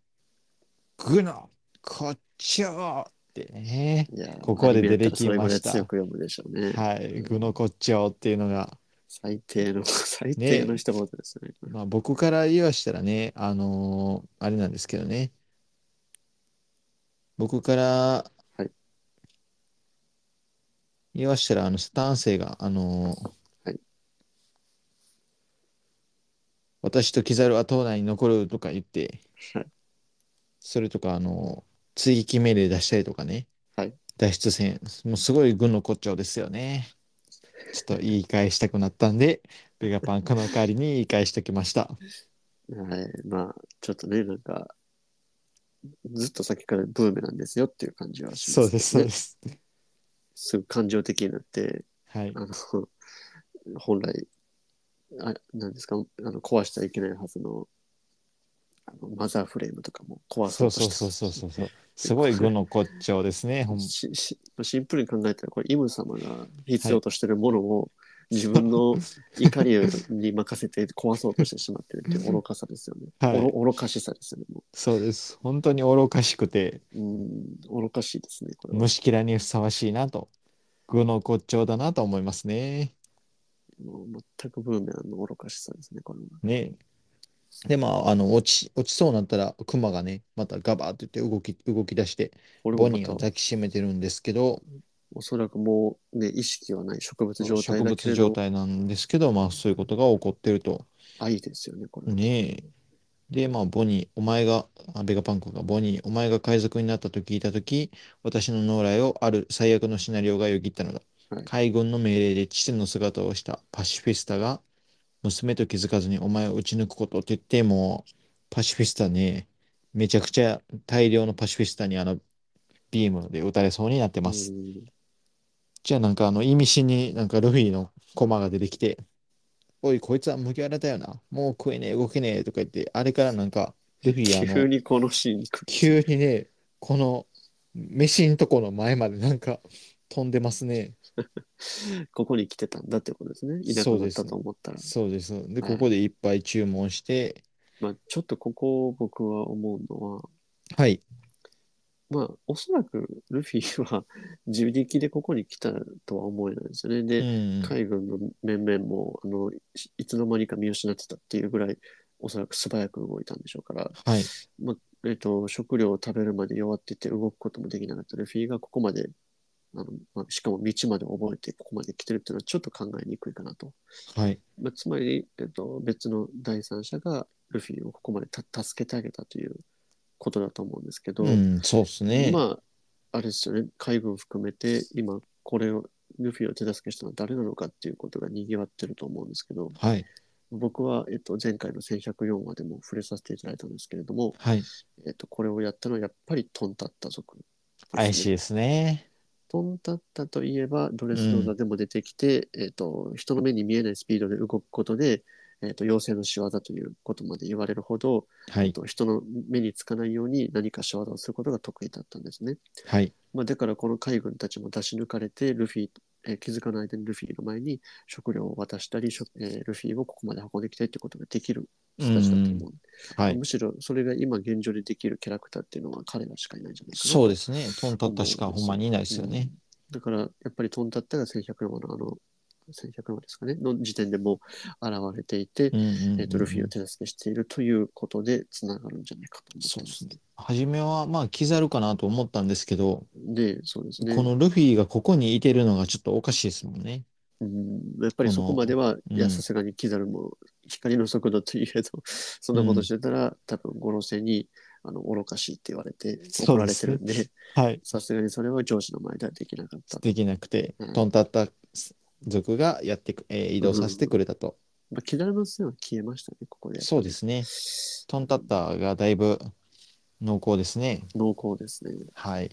Speaker 1: ぐの、こっちをってね。
Speaker 2: いや
Speaker 1: ここで出てきました
Speaker 2: アニメやっらそれぐらい強く読むでしょうね。
Speaker 1: はい、ぐのこっちをっていうのが、
Speaker 2: 最低の、最低の一言ですね。
Speaker 1: まあ、僕から言わしたらね、あのーあれなんですけどね。僕から
Speaker 2: はい
Speaker 1: 言わしたら、あの、スタンセイが、あのー
Speaker 2: はい
Speaker 1: 私とキザルは党内に残るとか言って、
Speaker 2: はい
Speaker 1: それとか、あのー追撃命令出したりとかね、
Speaker 2: はい
Speaker 1: 脱出戦、もうすごい軍の骨頂ですよね。ちょっと言い返したくなったんで、ベガパンクの代わりに言い返しておきました。
Speaker 2: はい。まあ、ちょっとね、なんか、ずっと先からブーメなんですよっていう感じはします、
Speaker 1: そ
Speaker 2: ね。
Speaker 1: うです、そうです。
Speaker 2: すぐ感情的になって、
Speaker 1: はい。
Speaker 2: あの、本来、あなんですかあの壊してはいけないはずのあのマザーフレームとかも壊
Speaker 1: そう
Speaker 2: そう
Speaker 1: そう
Speaker 2: と
Speaker 1: そうそうそううそう。すごい具の骨頂ですね。ほん
Speaker 2: ししシンプルに考えたらこれイム様が必要としてるものを自分の怒りに任せて壊そうとしてしまってるっていう愚かさですよね、
Speaker 1: はい
Speaker 2: おろ愚かしさですよねも
Speaker 1: そうです。本当に愚かしくて、
Speaker 2: ううん愚かしいですねこれは
Speaker 1: 虫キラにふさわしいなと、具の骨頂だなと思いますね。
Speaker 2: もう全くブーメランの愚かしさですねこれは
Speaker 1: ね。で、まあ、あの、落ち、落ちそうになったら、クマがね、またガバーって言って動き、動き出して、
Speaker 2: これ
Speaker 1: ボ
Speaker 2: も
Speaker 1: ニーを
Speaker 2: また
Speaker 1: 抱きしめてるんですけど、
Speaker 2: おそらくもうね意識はない植物状
Speaker 1: 植
Speaker 2: 態だけ
Speaker 1: 物
Speaker 2: れ
Speaker 1: 状
Speaker 2: ど
Speaker 1: 態なんですけど、まあ、そういうことが起こってると。
Speaker 2: 愛ですよねこれは
Speaker 1: ねえ。で、まあ、ボニー、お前が、あベガパンクが、ボニー、お前が海賊になったと聞いたとき、私の脳内をある最悪のシナリオがよぎったのだ。
Speaker 2: はい
Speaker 1: 海軍の命令で父の姿をしたパシフィスタが、娘と気づかずにお前を撃ち抜くことって言って、もう、パシフィスタに、めちゃくちゃ大量のパシフィスタにあの、ビームで撃たれそうになって
Speaker 2: う
Speaker 1: ます。
Speaker 2: ん。
Speaker 1: じゃあなんかあの、意味深になんかルフィのコマが出てきて、おい、こいつは麦わらだよな。もう食えねえ、動けねえとか言って、あれからなんか、ルフィあ
Speaker 2: 急
Speaker 1: の、
Speaker 2: にこのシーンに来る。
Speaker 1: 急にね、この、飯んとこの前までなんか飛んでますね。
Speaker 2: ここに来てたんだってことですね。いな
Speaker 1: そ
Speaker 2: く
Speaker 1: う
Speaker 2: なっ
Speaker 1: で
Speaker 2: た
Speaker 1: す。
Speaker 2: と思ったら。
Speaker 1: そうです。で、
Speaker 2: は
Speaker 1: こ
Speaker 2: い。
Speaker 1: こでいっぱい注文して、
Speaker 2: まあ、ちょっとここを僕は思うのは、
Speaker 1: はい。
Speaker 2: まあ、おそらくルフィは 自力でここに来たとは思えないですよね。
Speaker 1: う
Speaker 2: で、
Speaker 1: ん。
Speaker 2: 海軍の面々も、あの、しいつの間にか見失ってたっていうぐらい、おそらく素早く動いたんでしょうから、
Speaker 1: はい。
Speaker 2: まあ、えっと、食料を食べるまで弱ってて動くこともできなかったルフィがここまで、あの、まあ、しかも道まで覚えてここまで来てるっていうのはちょっと考えにくいかなと。
Speaker 1: はい。
Speaker 2: まあ、つまり、えっと、別の第三者がルフィをここまでた助けてあげたということだと思うんですけ
Speaker 1: う
Speaker 2: ど、
Speaker 1: ん、そうですね。
Speaker 2: まあ、あれですよね、海軍含めて、今、これを、ルフィを手助けしたのは誰なのかっていうことが賑わってると思うんですけど、
Speaker 1: はい。
Speaker 2: 僕は、えっと、前回の1104話でも触れさせていただいたんですけれども、
Speaker 1: はい。
Speaker 2: えっと、これをやったのはやっぱりトンタッタ族で
Speaker 1: 怪
Speaker 2: す
Speaker 1: しい
Speaker 2: ね。
Speaker 1: ですね。
Speaker 2: トンタッタといえば、ドレ
Speaker 1: う
Speaker 2: スローザ
Speaker 1: ん。
Speaker 2: でも出てきて、えっと、人の目に見えないスピードで動くことで、えっと、妖精の仕業ということまで言われるほど、
Speaker 1: は
Speaker 2: えっ
Speaker 1: い。
Speaker 2: と、人の目につかないように何か仕業をすることが得意だったんですね。
Speaker 1: はい。
Speaker 2: まあ、だからこの海軍たちも出し抜かれてルフィ、えー気づかない間にルフィの前に食料を渡したり、食えールフィをここまで運んできたいってことができる
Speaker 1: う
Speaker 2: 人たちだと思
Speaker 1: ん。
Speaker 2: う。
Speaker 1: は
Speaker 2: まあ、
Speaker 1: い。
Speaker 2: むしろそれが今現状でできるキャラクターっていうのは彼らしかいないんじゃないかな
Speaker 1: そう
Speaker 2: と
Speaker 1: ですね。トンタッタ
Speaker 2: 思
Speaker 1: し
Speaker 2: うん
Speaker 1: か
Speaker 2: で
Speaker 1: ほん
Speaker 2: す
Speaker 1: ま
Speaker 2: よ。
Speaker 1: にいないで
Speaker 2: う
Speaker 1: すよ
Speaker 2: ん、
Speaker 1: ね。
Speaker 2: だからやっぱり飛んだったが1100話のあの1100話ですかねの時点でも現れていて、
Speaker 1: うんうん
Speaker 2: えーとル
Speaker 1: う
Speaker 2: フ
Speaker 1: んう
Speaker 2: ィを
Speaker 1: ん。
Speaker 2: 手助けしているということでつながるんじゃないかと思っ
Speaker 1: そ
Speaker 2: て
Speaker 1: う
Speaker 2: ま
Speaker 1: です
Speaker 2: す。
Speaker 1: ね。初めはまあ、キザルかなと思ったんですけど、
Speaker 2: で、そうです
Speaker 1: こ
Speaker 2: ね。
Speaker 1: のルフィがここにいてるのがちょっとおかしいですもんね。
Speaker 2: うん、やっぱり
Speaker 1: こ
Speaker 2: そこまで
Speaker 1: の、
Speaker 2: は、
Speaker 1: う
Speaker 2: いや、さ
Speaker 1: ん、
Speaker 2: すがにキザルも光の速度といえど、 そん
Speaker 1: う
Speaker 2: なこと
Speaker 1: ん、
Speaker 2: してたら、多分五老星にあの愚かしいって言われて
Speaker 1: そ
Speaker 2: 怒
Speaker 1: う
Speaker 2: ら
Speaker 1: で
Speaker 2: れて
Speaker 1: す
Speaker 2: る
Speaker 1: ね。
Speaker 2: んで、
Speaker 1: はい。
Speaker 2: さすがにそれは上司の前ではできなかったと。
Speaker 1: できなくて、
Speaker 2: う
Speaker 1: ト
Speaker 2: ん。
Speaker 1: ンタッタ族がやってく、えー移動
Speaker 2: う
Speaker 1: させて
Speaker 2: ん。
Speaker 1: くれたと。
Speaker 2: まあ、キザルの線は消えましたね、ここでやっ
Speaker 1: そう
Speaker 2: ぱ
Speaker 1: で
Speaker 2: り。
Speaker 1: すね。トンタッタがだいぶ濃厚ですね。
Speaker 2: 濃厚ですね。
Speaker 1: はい。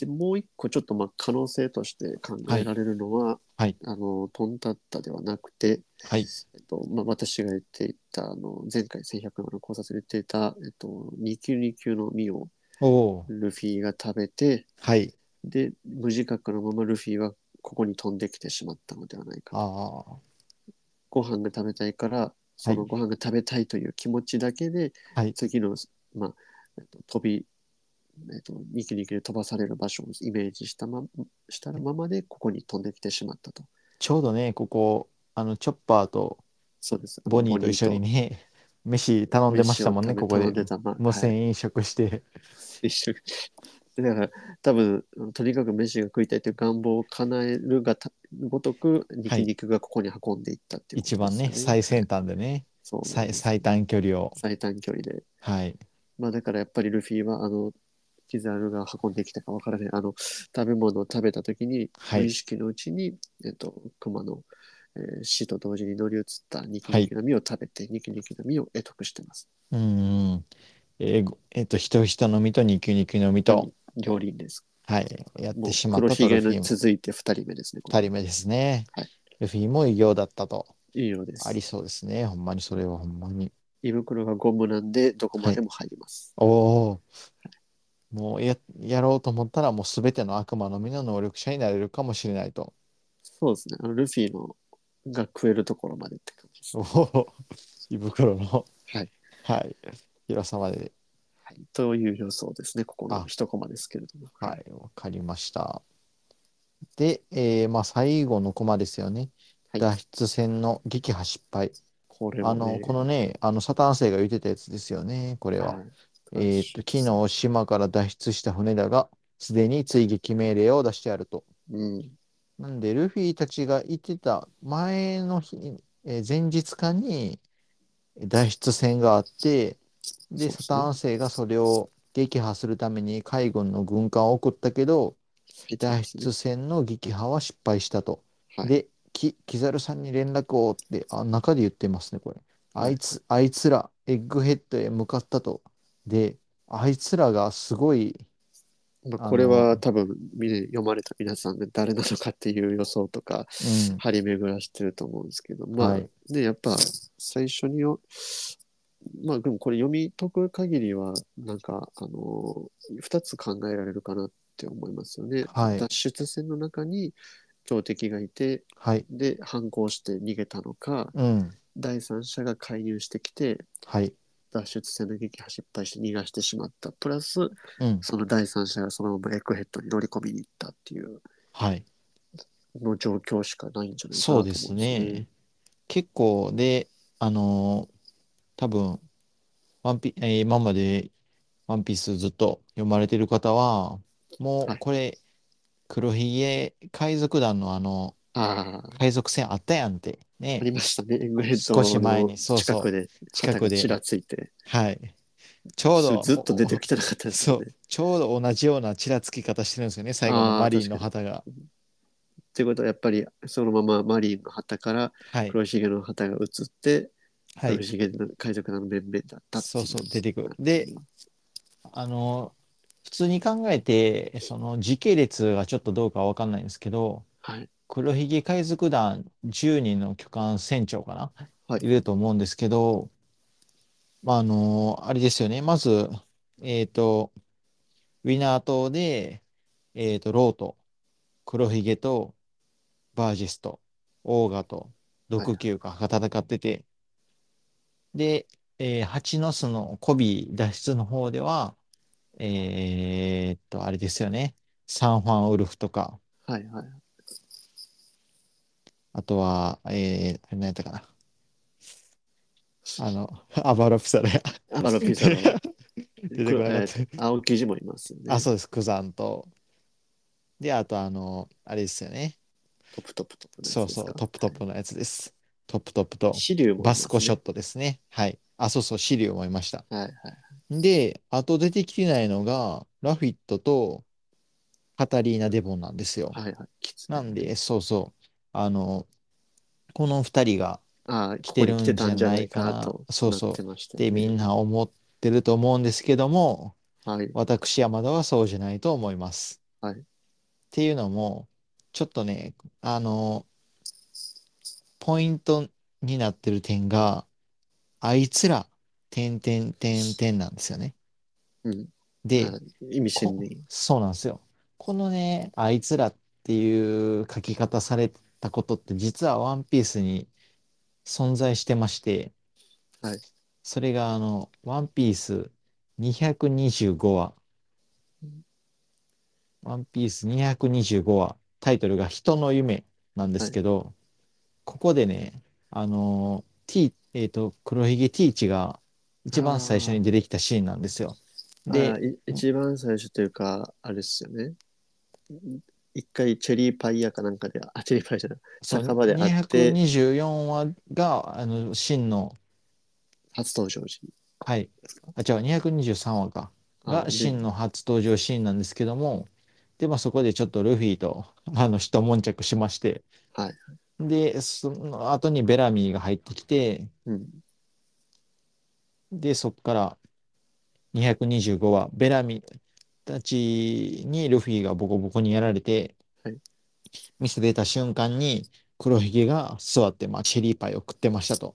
Speaker 2: で、もう一個ちょっとまあ可能性として考
Speaker 1: は
Speaker 2: え
Speaker 1: い。
Speaker 2: られるのは、
Speaker 1: はい。
Speaker 2: あの、トンタッタではなくて、
Speaker 1: はい。
Speaker 2: えっと、まあ、私が言っていた、あの、前回1100話の考察で言っていた、えっと、2級2級の実を、
Speaker 1: おお。
Speaker 2: ルフィが食べて、
Speaker 1: はい。
Speaker 2: で、無自覚のままルフィはここに飛んできてしまったのではないかと。
Speaker 1: ああ。
Speaker 2: ご飯が食べたいから、
Speaker 1: は
Speaker 2: そ
Speaker 1: い。
Speaker 2: のご飯が食べたいという気持ちだけで、
Speaker 1: はい。
Speaker 2: 次の、まあ、えっと、飛び、えっと、ニキニキで飛ばされる場所をイメージしたま、したままで、ここに飛んできてしまったと。
Speaker 1: ちょうどね、ここ、あの、チョッパーと
Speaker 2: そうです。あの、
Speaker 1: ボニ
Speaker 2: ボ
Speaker 1: ーと
Speaker 2: ニ
Speaker 1: 一
Speaker 2: ー
Speaker 1: 緒に
Speaker 2: と
Speaker 1: ね、飯頼んでまし
Speaker 2: 飯
Speaker 1: た
Speaker 2: を
Speaker 1: もんね、
Speaker 2: 食べ、
Speaker 1: ここ
Speaker 2: 頼ん
Speaker 1: で。
Speaker 2: でたま、
Speaker 1: 無
Speaker 2: はい。
Speaker 1: 銭飲食して。
Speaker 2: 一緒 にだから多分とにかく飯が食いたいという願望を叶えるがたごとく
Speaker 1: は
Speaker 2: 肉
Speaker 1: い。
Speaker 2: 肉がここに運んでいったっていうこ
Speaker 1: 一
Speaker 2: とで
Speaker 1: 番
Speaker 2: す
Speaker 1: ね、
Speaker 2: よね。
Speaker 1: 最先端でね、
Speaker 2: そうなん
Speaker 1: 最、
Speaker 2: です
Speaker 1: 最
Speaker 2: よ。
Speaker 1: 短距離を。
Speaker 2: 最短距離で。
Speaker 1: はい。
Speaker 2: まあだからやっぱりルフィはあのキザルが運んできたかわからないあの食べ物を食べた時に
Speaker 1: は
Speaker 2: 無意
Speaker 1: い。
Speaker 2: 識のうちに、えっと、熊の、えー死と同時に乗り移った肉
Speaker 1: はい。
Speaker 2: 肉の実を食べて肉肉の実を得得してます。
Speaker 1: うんうん。えーごえっと、人人のみと二級二級のみ
Speaker 2: の
Speaker 1: と、
Speaker 2: 両輪です。
Speaker 1: はい、やって
Speaker 2: もう
Speaker 1: しまっ
Speaker 2: 黒
Speaker 1: たと
Speaker 2: ひ
Speaker 1: ル
Speaker 2: げ
Speaker 1: フ
Speaker 2: の
Speaker 1: ィも、
Speaker 2: 続いて2人目ですね、これ
Speaker 1: 二人目ですね。
Speaker 2: は。はい。
Speaker 1: ルフィも偉業だったと。
Speaker 2: いいようで
Speaker 1: あ
Speaker 2: す。
Speaker 1: りそうですね。ほんまにそれはほんまに。
Speaker 2: 胃袋がゴムなんでどこ
Speaker 1: は
Speaker 2: ま
Speaker 1: い。
Speaker 2: でも入ります。
Speaker 1: おお、もうや、やろうと思ったらもうすべての悪魔の実の能力者になれるかもしれないと。
Speaker 2: そうですね。あのルフィのが食えるところまでって感じです
Speaker 1: お
Speaker 2: ね。
Speaker 1: お、胃袋の、
Speaker 2: はい。
Speaker 1: はい、広さまで。
Speaker 2: はい、という予想ですね。ここの
Speaker 1: あ、
Speaker 2: 一コマですけれども。は。
Speaker 1: はいい、わかりました。で、えーまあ、最後のコマですよね。
Speaker 2: はい。
Speaker 1: 脱出戦の撃破失敗。
Speaker 2: これ
Speaker 1: あ
Speaker 2: は
Speaker 1: の、この
Speaker 2: ね、
Speaker 1: ね、あの、サタン星が言ってたやつですよね、これは。
Speaker 2: はい。ただ
Speaker 1: えっ
Speaker 2: し
Speaker 1: と、昨日、島から脱出した船だが、すでに追撃命令を出してあると。
Speaker 2: うん。
Speaker 1: なんで、ルフィたちが言ってた前の日、えー前日かに脱出船があって、で、サ
Speaker 2: そうです
Speaker 1: タン
Speaker 2: ね。
Speaker 1: 星がそれを撃破するために海軍の軍艦を送ったけど、
Speaker 2: 入ってま
Speaker 1: 脱
Speaker 2: すね。
Speaker 1: 出船の撃破は失敗したと。
Speaker 2: はい。
Speaker 1: で、き、キザルさんに連絡をって、あ、中で言ってますね、これ。あいつ、あいつら、エッグヘッドへ向かったと。で、あいつらがすごい、
Speaker 2: まあ、
Speaker 1: あ
Speaker 2: これは
Speaker 1: の、
Speaker 2: 多分見れ読まれた皆さんで誰なのかっていう予想とか
Speaker 1: うん、
Speaker 2: 張り巡らしてると思うんですけど
Speaker 1: は
Speaker 2: ま
Speaker 1: い、
Speaker 2: あねやっぱ最初によまあでもこれ読み解く限りはなんかあの2つ考えられるかなって思いますよね。
Speaker 1: はい、
Speaker 2: 脱出船の中に強敵がいて
Speaker 1: はい、
Speaker 2: で反抗して逃げたのか
Speaker 1: うん、
Speaker 2: 第三者が介入してきて
Speaker 1: はい、
Speaker 2: 脱出船の撃破失敗して逃がしてしまったプラス
Speaker 1: うん、
Speaker 2: その第三者がそのままエッグヘッドに乗り込みに行ったっていう
Speaker 1: はい。
Speaker 2: の状況しかないんじゃないか
Speaker 1: そう
Speaker 2: な
Speaker 1: で
Speaker 2: と思う
Speaker 1: す
Speaker 2: んですよね。
Speaker 1: ね。結構、で、あの、多分、ワンピ、えー今までワンピースずっと読まれてる方は、も
Speaker 2: は
Speaker 1: う
Speaker 2: い。
Speaker 1: これ、黒ひげ海賊団のあの、
Speaker 2: ああ、
Speaker 1: 海賊船あったやんって、
Speaker 2: あ
Speaker 1: ね、
Speaker 2: りましたね。エッグヘッ
Speaker 1: 少し
Speaker 2: ド
Speaker 1: 前
Speaker 2: の
Speaker 1: に、そう
Speaker 2: 近く
Speaker 1: そ
Speaker 2: で
Speaker 1: う、近
Speaker 2: 肩
Speaker 1: く
Speaker 2: がち
Speaker 1: で、
Speaker 2: らついて、
Speaker 1: はい、ちょう
Speaker 2: それ
Speaker 1: ど、
Speaker 2: ずっと出
Speaker 1: お
Speaker 2: て
Speaker 1: お
Speaker 2: きてなかったですよ
Speaker 1: そう、
Speaker 2: ね。
Speaker 1: ちょうど同じようなちらつき方してるんですよね、最後の
Speaker 2: あ
Speaker 1: マ
Speaker 2: あ、
Speaker 1: リン
Speaker 2: 確か
Speaker 1: の
Speaker 2: に。
Speaker 1: 旗が。
Speaker 2: ということは、やっぱりそのままマリンの旗から
Speaker 1: はい、
Speaker 2: 黒ひげの旗が移って、
Speaker 1: は
Speaker 2: 黒
Speaker 1: い、
Speaker 2: ひげの海賊団の面々だったっ
Speaker 1: そう
Speaker 2: ていう
Speaker 1: そう、出てく
Speaker 2: な
Speaker 1: る。
Speaker 2: るほ
Speaker 1: で、
Speaker 2: ど。
Speaker 1: あの、普通に考えて、その時系列がちょっとどうかわかんないんですけど、
Speaker 2: はい。
Speaker 1: 黒ひげ海賊団10人の巨漢船長かな、
Speaker 2: はい。
Speaker 1: いると思うんですけど、まあ、あの、あれですよね、まず、えっと、ウィナー島で、えっと、ローと、黒ひげと、バージスと、オーガと、
Speaker 2: はい。
Speaker 1: 毒球が戦ってて、で、えー蜂の巣のコビ脱出の方では、えーっと、あれですよね。サンファンウルフとか、
Speaker 2: はい。はい。
Speaker 1: あとは、えー、あれ何やったかな。あの、 アバラピサラ や。
Speaker 2: アバロピザロ。
Speaker 1: 出て
Speaker 2: く
Speaker 1: こ
Speaker 2: え
Speaker 1: なかっ
Speaker 2: ー
Speaker 1: た。
Speaker 2: 青生地もいますよ
Speaker 1: あ、
Speaker 2: ね。
Speaker 1: そうです。クザンと。で、あと、あの、あれですよね。
Speaker 2: トップトップトップのや
Speaker 1: そ
Speaker 2: つ
Speaker 1: う
Speaker 2: です
Speaker 1: そう、
Speaker 2: か。
Speaker 1: トップト
Speaker 2: は
Speaker 1: ッ
Speaker 2: い。
Speaker 1: プのやつです。トップトップと、
Speaker 2: シリュウもい
Speaker 1: バス
Speaker 2: ま
Speaker 1: コ
Speaker 2: す
Speaker 1: ショ
Speaker 2: ね。
Speaker 1: ットですね。はい。あ、そうそう、シリウもいました。
Speaker 2: はい。はい。
Speaker 1: で、あと出てきてないのが、ラフィットとカタリーナ・デボンなんですよ。
Speaker 2: はい。はい。きつ
Speaker 1: な
Speaker 2: ね。
Speaker 1: んで、そうそう、あの、この二人が
Speaker 2: ああ、
Speaker 1: 来
Speaker 2: こ
Speaker 1: て
Speaker 2: こに
Speaker 1: る
Speaker 2: 来て
Speaker 1: んじ
Speaker 2: た
Speaker 1: ゃ
Speaker 2: んじゃ
Speaker 1: な
Speaker 2: ないい
Speaker 1: か
Speaker 2: か
Speaker 1: な、
Speaker 2: と
Speaker 1: そう
Speaker 2: なっ
Speaker 1: そう、
Speaker 2: てましたよ
Speaker 1: ってみん
Speaker 2: ね。
Speaker 1: な思ってると思うんですけども、
Speaker 2: はい、
Speaker 1: 私山田はそうじゃないと思います。
Speaker 2: はい、
Speaker 1: っていうのも、ちょっとね、あの、ポイントになってる点が、あいつら、てんてんてんてんなんですよね。
Speaker 2: うん。あ
Speaker 1: で、
Speaker 2: 意味深
Speaker 1: こ、
Speaker 2: に。
Speaker 1: そうなんですよ。このね、あいつらっていう書き方されたことって、実はワンピースに存在してまして、
Speaker 2: はい。
Speaker 1: それがあの、ワンピース225話、ワンピース225話、タイトルが人の夢なんで
Speaker 2: は
Speaker 1: す
Speaker 2: い、
Speaker 1: けど、ここでね、あの、T、えっと、黒ひげティーチが一番最初に
Speaker 2: あ
Speaker 1: 出てきたシーンなんですよ。
Speaker 2: あ、ああ、
Speaker 1: で、
Speaker 2: い一番最初というか、あれですよね。ん一回チェリーパイヤかなんかで、あ、チェリーパイじゃない、
Speaker 1: そう、
Speaker 2: 酒場で会って、
Speaker 1: 224話が、あの、真の、
Speaker 2: 初登場時
Speaker 1: はい。
Speaker 2: ですか。
Speaker 1: あ、違う、223話か。
Speaker 2: ああ、
Speaker 1: が、
Speaker 2: で、
Speaker 1: 真の初登場シーンなんですけども、で、まあ、そこでちょっとルフィと、 あの、一悶着しまして、
Speaker 2: はい。
Speaker 1: で、その後にベラミーが入ってきて、
Speaker 2: うん。
Speaker 1: で、そこから225話、ベラミーたちにルフィがボコボコにやられて、
Speaker 2: はい。
Speaker 1: 見せ出た瞬間に、黒ひげが座って、まあ、チェリーパイを食ってましたと。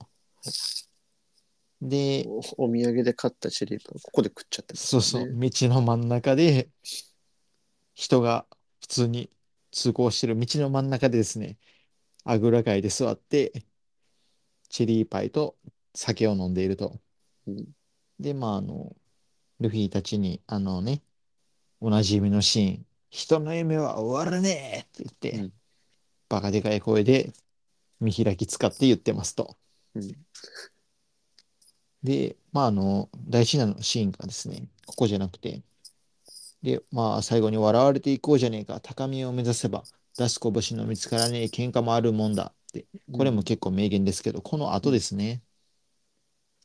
Speaker 1: で、
Speaker 2: お、お土産で買ったチェリーパイ、ここで食っちゃってます
Speaker 1: そう
Speaker 2: もん
Speaker 1: そう、
Speaker 2: ね。
Speaker 1: 道の真ん中で、人が普通に通行してる道の真ん中でですね、あぐらかいで座って、チェリーパイと酒を飲んでいると。
Speaker 2: うん。
Speaker 1: で、まあ、あの、ルフィたちに、あのね、おなじみのシーン、人の夢は終わらねえって
Speaker 2: う
Speaker 1: 言って、
Speaker 2: ん。
Speaker 1: バカでかい声で見開き使って言ってますと。
Speaker 2: うん。
Speaker 1: で、まあ、あの、大事なシーンがですね、ここじゃなくて、で、まあ、最後に笑われていこうじゃねえか、高みを目指せば、出す拳の見つからねえ喧嘩もあるもんだって、
Speaker 2: う
Speaker 1: これも
Speaker 2: ん。
Speaker 1: 結構名言ですけど、この
Speaker 2: う
Speaker 1: 後で
Speaker 2: ん。
Speaker 1: すね、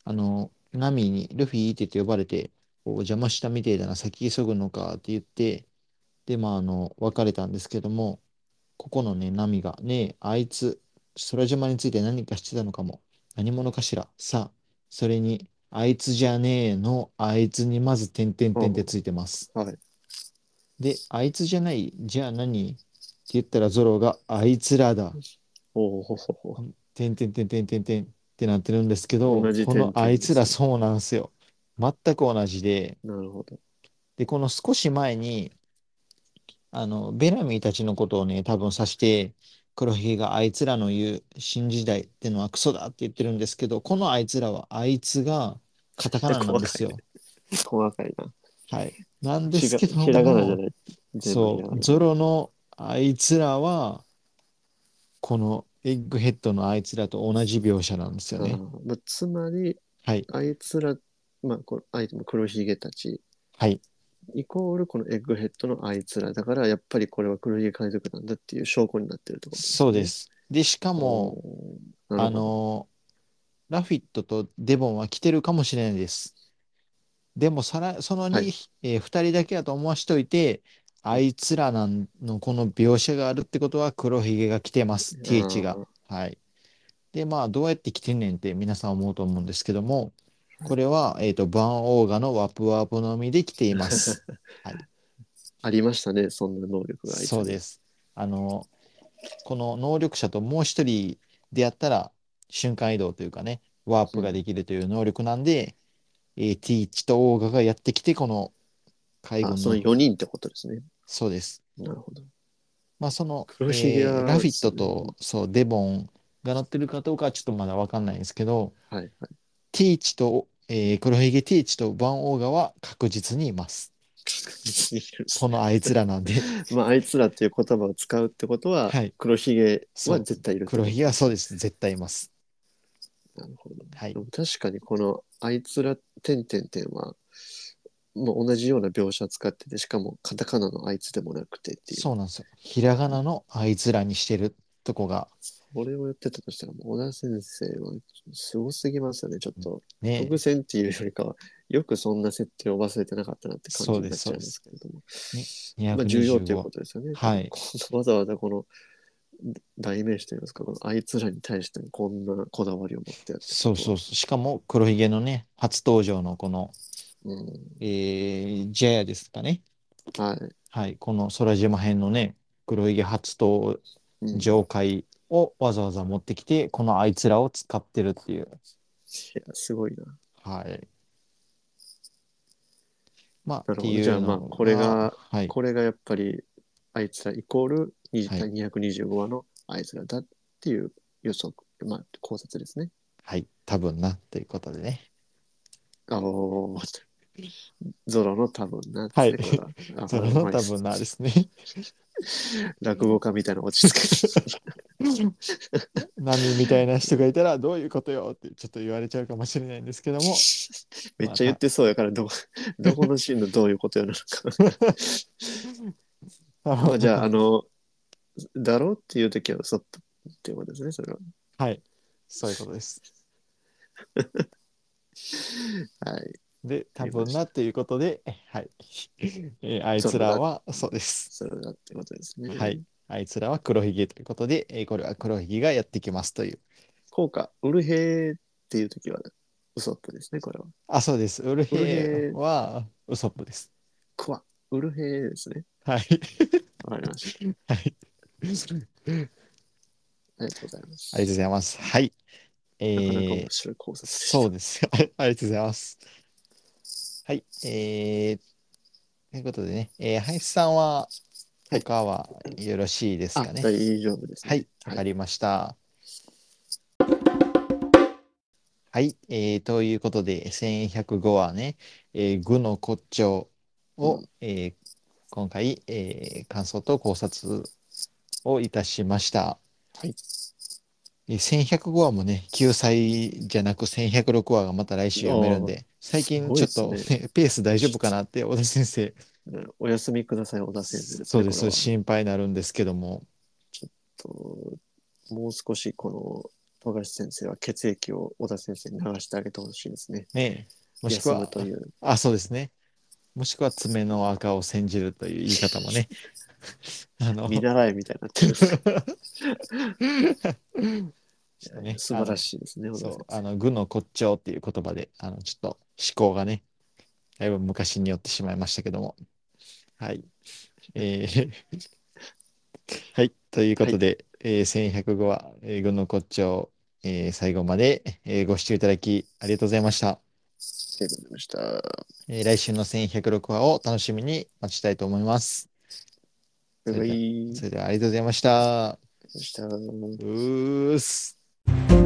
Speaker 1: あの、ナミにルフィってって呼ばれて、お邪魔したみてえだな、先急ぐのかって言って、で、まあ、あの、別れたんですけども、ここのね、ナミが、ねえ、あいつ空島について何かしてたのかも。何者かしら。さあ、それに、あいつじゃねえの、あいつにまず点点点ってついてます。
Speaker 2: はい。
Speaker 1: で、あいつじゃない、じゃあ何って言ったらゾロが、あいつらだ。
Speaker 2: おお。
Speaker 1: てんてんてんてんてんてんってなってるんですけど、
Speaker 2: 同じ点
Speaker 1: こ
Speaker 2: 々
Speaker 1: のあいつらそうなんですよ。全く同じで、
Speaker 2: なるほど。
Speaker 1: で、この少し前に、あの、ベラミーたちのことをね、多分指して、黒ひげがあいつらの言う新時代ってのはクソだって言ってるんですけど、このあいつらはあいつがカタカナなんですよ。
Speaker 2: 細かいな。
Speaker 1: はい。なんで
Speaker 2: ひ
Speaker 1: す
Speaker 2: ら
Speaker 1: けども
Speaker 2: ひらがなじゃない。
Speaker 1: そ
Speaker 2: 全部
Speaker 1: う、
Speaker 2: ひら
Speaker 1: ゾロのあいつらは、このエッグヘッドのあいつらと同じ描写なんですよ
Speaker 2: がな
Speaker 1: ね。
Speaker 2: あーまあつまり、
Speaker 1: はい、
Speaker 2: あいつら、まあ、このあいつも黒ひげたち、
Speaker 1: はい、
Speaker 2: イコールこのエッグヘッドのあいつら。だから、やっぱりこれは黒ひげ海賊なんだっていう証拠になってるってこと
Speaker 1: そうで。す。で、しかも、
Speaker 2: うん、
Speaker 1: あ
Speaker 2: なるほ
Speaker 1: の、ラフィットとデボンは来てるかもしれないです。でもさら、その2、
Speaker 2: はい
Speaker 1: え2人だけやと思わしといて、あいつらなんのこの描写があるってことは黒ひげが来てます、
Speaker 2: ど
Speaker 1: TH が
Speaker 2: あ。ー
Speaker 1: はい。で、まあ、どうやって来てんねんって皆さん思うと思うんですけども、これは、えっと、バンオーガのワプワプのみで来てい ます。
Speaker 2: ありましたね、そんな能力があいつら
Speaker 1: そうです。あの、この能力者ともう一人でやったら、瞬間移動というかね、ワープができるという能力なんで、えー、ティーチとオーガがやってきて、この海軍
Speaker 2: あ
Speaker 1: の、
Speaker 2: その4人ってことですね。
Speaker 1: そうです。
Speaker 2: なるほど。
Speaker 1: まあ、その、え
Speaker 2: 黒ひげは
Speaker 1: ーラフィットと、そう、デボンが乗ってるかどうかはちょっとまだわかんないんですけど、
Speaker 2: はいはい。
Speaker 1: ティーチと、えー黒ひげティーチとバンオーガは確実にいます。このあいつらなんで、
Speaker 2: まあ、あいつらっていう言葉を使うってことは、
Speaker 1: はい
Speaker 2: 黒ひげ
Speaker 1: そ
Speaker 2: は
Speaker 1: う
Speaker 2: 絶対いるってこと
Speaker 1: 黒ひげはそうです。絶対います。
Speaker 2: なるほど。
Speaker 1: はい
Speaker 2: で。も確かにこのあいつら点点点は、まあ、同じような描写使ってて、しかもカタカナのあいつでもなくてっていう。
Speaker 1: そうなんですよ。ひらがなのあいつらにしてるとこが
Speaker 2: これをやってたとしたら、もう小田先生はすごすぎますよね、ちょっと。
Speaker 1: ね、
Speaker 2: 特選っていうよりかは、よくそんな設定を忘れてなかったなって感じになっちゃいますけれども。まあ、重要という
Speaker 1: 225。
Speaker 2: ことですよね。
Speaker 1: はい
Speaker 2: このわざわざこの代名詞といいますか、このあいつらに対してもこんなこだわりを持ってやって
Speaker 1: そうそうそう。しかも黒ひげのね、初登場のこの、
Speaker 2: う。うん。
Speaker 1: えージャヤですかね。
Speaker 2: はい。
Speaker 1: はい。この空島編のね、黒ひげ初登
Speaker 2: うん
Speaker 1: 場会をわざわざ持ってきて、このあいつらを使ってるっていう。
Speaker 2: いや、すごいな。
Speaker 1: はい。まあ、
Speaker 2: な
Speaker 1: っ
Speaker 2: る
Speaker 1: て
Speaker 2: ほど
Speaker 1: いうの
Speaker 2: じゃあまあこれが、
Speaker 1: はい。
Speaker 2: これがやっぱり、あいつらイコール20
Speaker 1: はい
Speaker 2: 対225話のあいつらだっていう予測、まあ考察ですね。
Speaker 1: はい。多分な、ということでね。
Speaker 2: あおーゾロの多分な。
Speaker 1: はい
Speaker 2: これはあ
Speaker 1: それ
Speaker 2: ま
Speaker 1: の
Speaker 2: あ
Speaker 1: 多分なですね。
Speaker 2: 落語家みたいな落ち着 け。
Speaker 1: 波みたいな人がいたらどういうことよってちょっと言われちゃうかもしれないんですけども
Speaker 2: めっちゃ言ってそうやか ら、どこ、どこのシーンのどういうことやなのか。ま あじゃあ、あの、だろうっていう時は嘘っていうことですね、それは。
Speaker 1: はいそういうことです
Speaker 2: はい。
Speaker 1: で多分なということではい、えーあい つらはそうです
Speaker 2: それだってことですね。
Speaker 1: はい。あいつらは黒ひげということで、えーこれは黒ひげがやってきますという
Speaker 2: 効果、ウルヘっていう時は嘘っぽですね、これは。
Speaker 1: あそうですウル
Speaker 2: ウルヘ
Speaker 1: ヘはウソップです
Speaker 2: クワ、ウルヘですね。
Speaker 1: はい
Speaker 2: わかりました。
Speaker 1: はい
Speaker 2: ありがとうございます。
Speaker 1: ありがとうございますはいえ
Speaker 2: なかなか
Speaker 1: ー
Speaker 2: 面、白い考察でした。
Speaker 1: そうです よ。はいありがとうございます。はい。えー、ということでね、えー、林さんは、
Speaker 2: はい
Speaker 1: 他はよろしいですかね。
Speaker 2: あ、大丈夫です、ね。
Speaker 1: はい、わかりました。はい、えー、ということで、1105話ね、えー、愚の骨頂を、
Speaker 2: う
Speaker 1: えー今回、えー感想と考察をいたしました。
Speaker 2: はい
Speaker 1: えー。1105話もね、救済じゃなく1106話がまた来週読めるんで、最近ちょっ
Speaker 2: す
Speaker 1: と、
Speaker 2: ごい
Speaker 1: ね
Speaker 2: です
Speaker 1: ペース大丈夫かなって、小田先生、
Speaker 2: うんお休みください、小田先生、
Speaker 1: そうです、
Speaker 2: これは
Speaker 1: 心配になるんですけども、
Speaker 2: ともう少しこの富樫先生は血液を小田先生に流してあげてほしいですね。
Speaker 1: ね、もしくは
Speaker 2: 休む、と いう。
Speaker 1: あ、そうですね。もしくは爪の 赤を煎じるという言い方もね。あの、
Speaker 2: 見習いみたいになってる。
Speaker 1: ちょっとね
Speaker 2: 素晴らしいですね。
Speaker 1: あのそう、
Speaker 2: 小
Speaker 1: あの、愚の骨頂っていう言葉で、あの、ちょっと思考がね、だいぶ昔に寄ってしまいましたけども。はい。えー はい。ということで、えー1105話、えー、愚の骨頂、えー最後まで、えーご視聴いただきありがとうございました。
Speaker 2: 田さんありがとうございました。
Speaker 1: えー来週の1106話を楽しみに待ちたいと思います。
Speaker 2: バイバイ。あり
Speaker 1: それではありがとうございました。
Speaker 2: がとうございました
Speaker 1: うーす。
Speaker 2: 「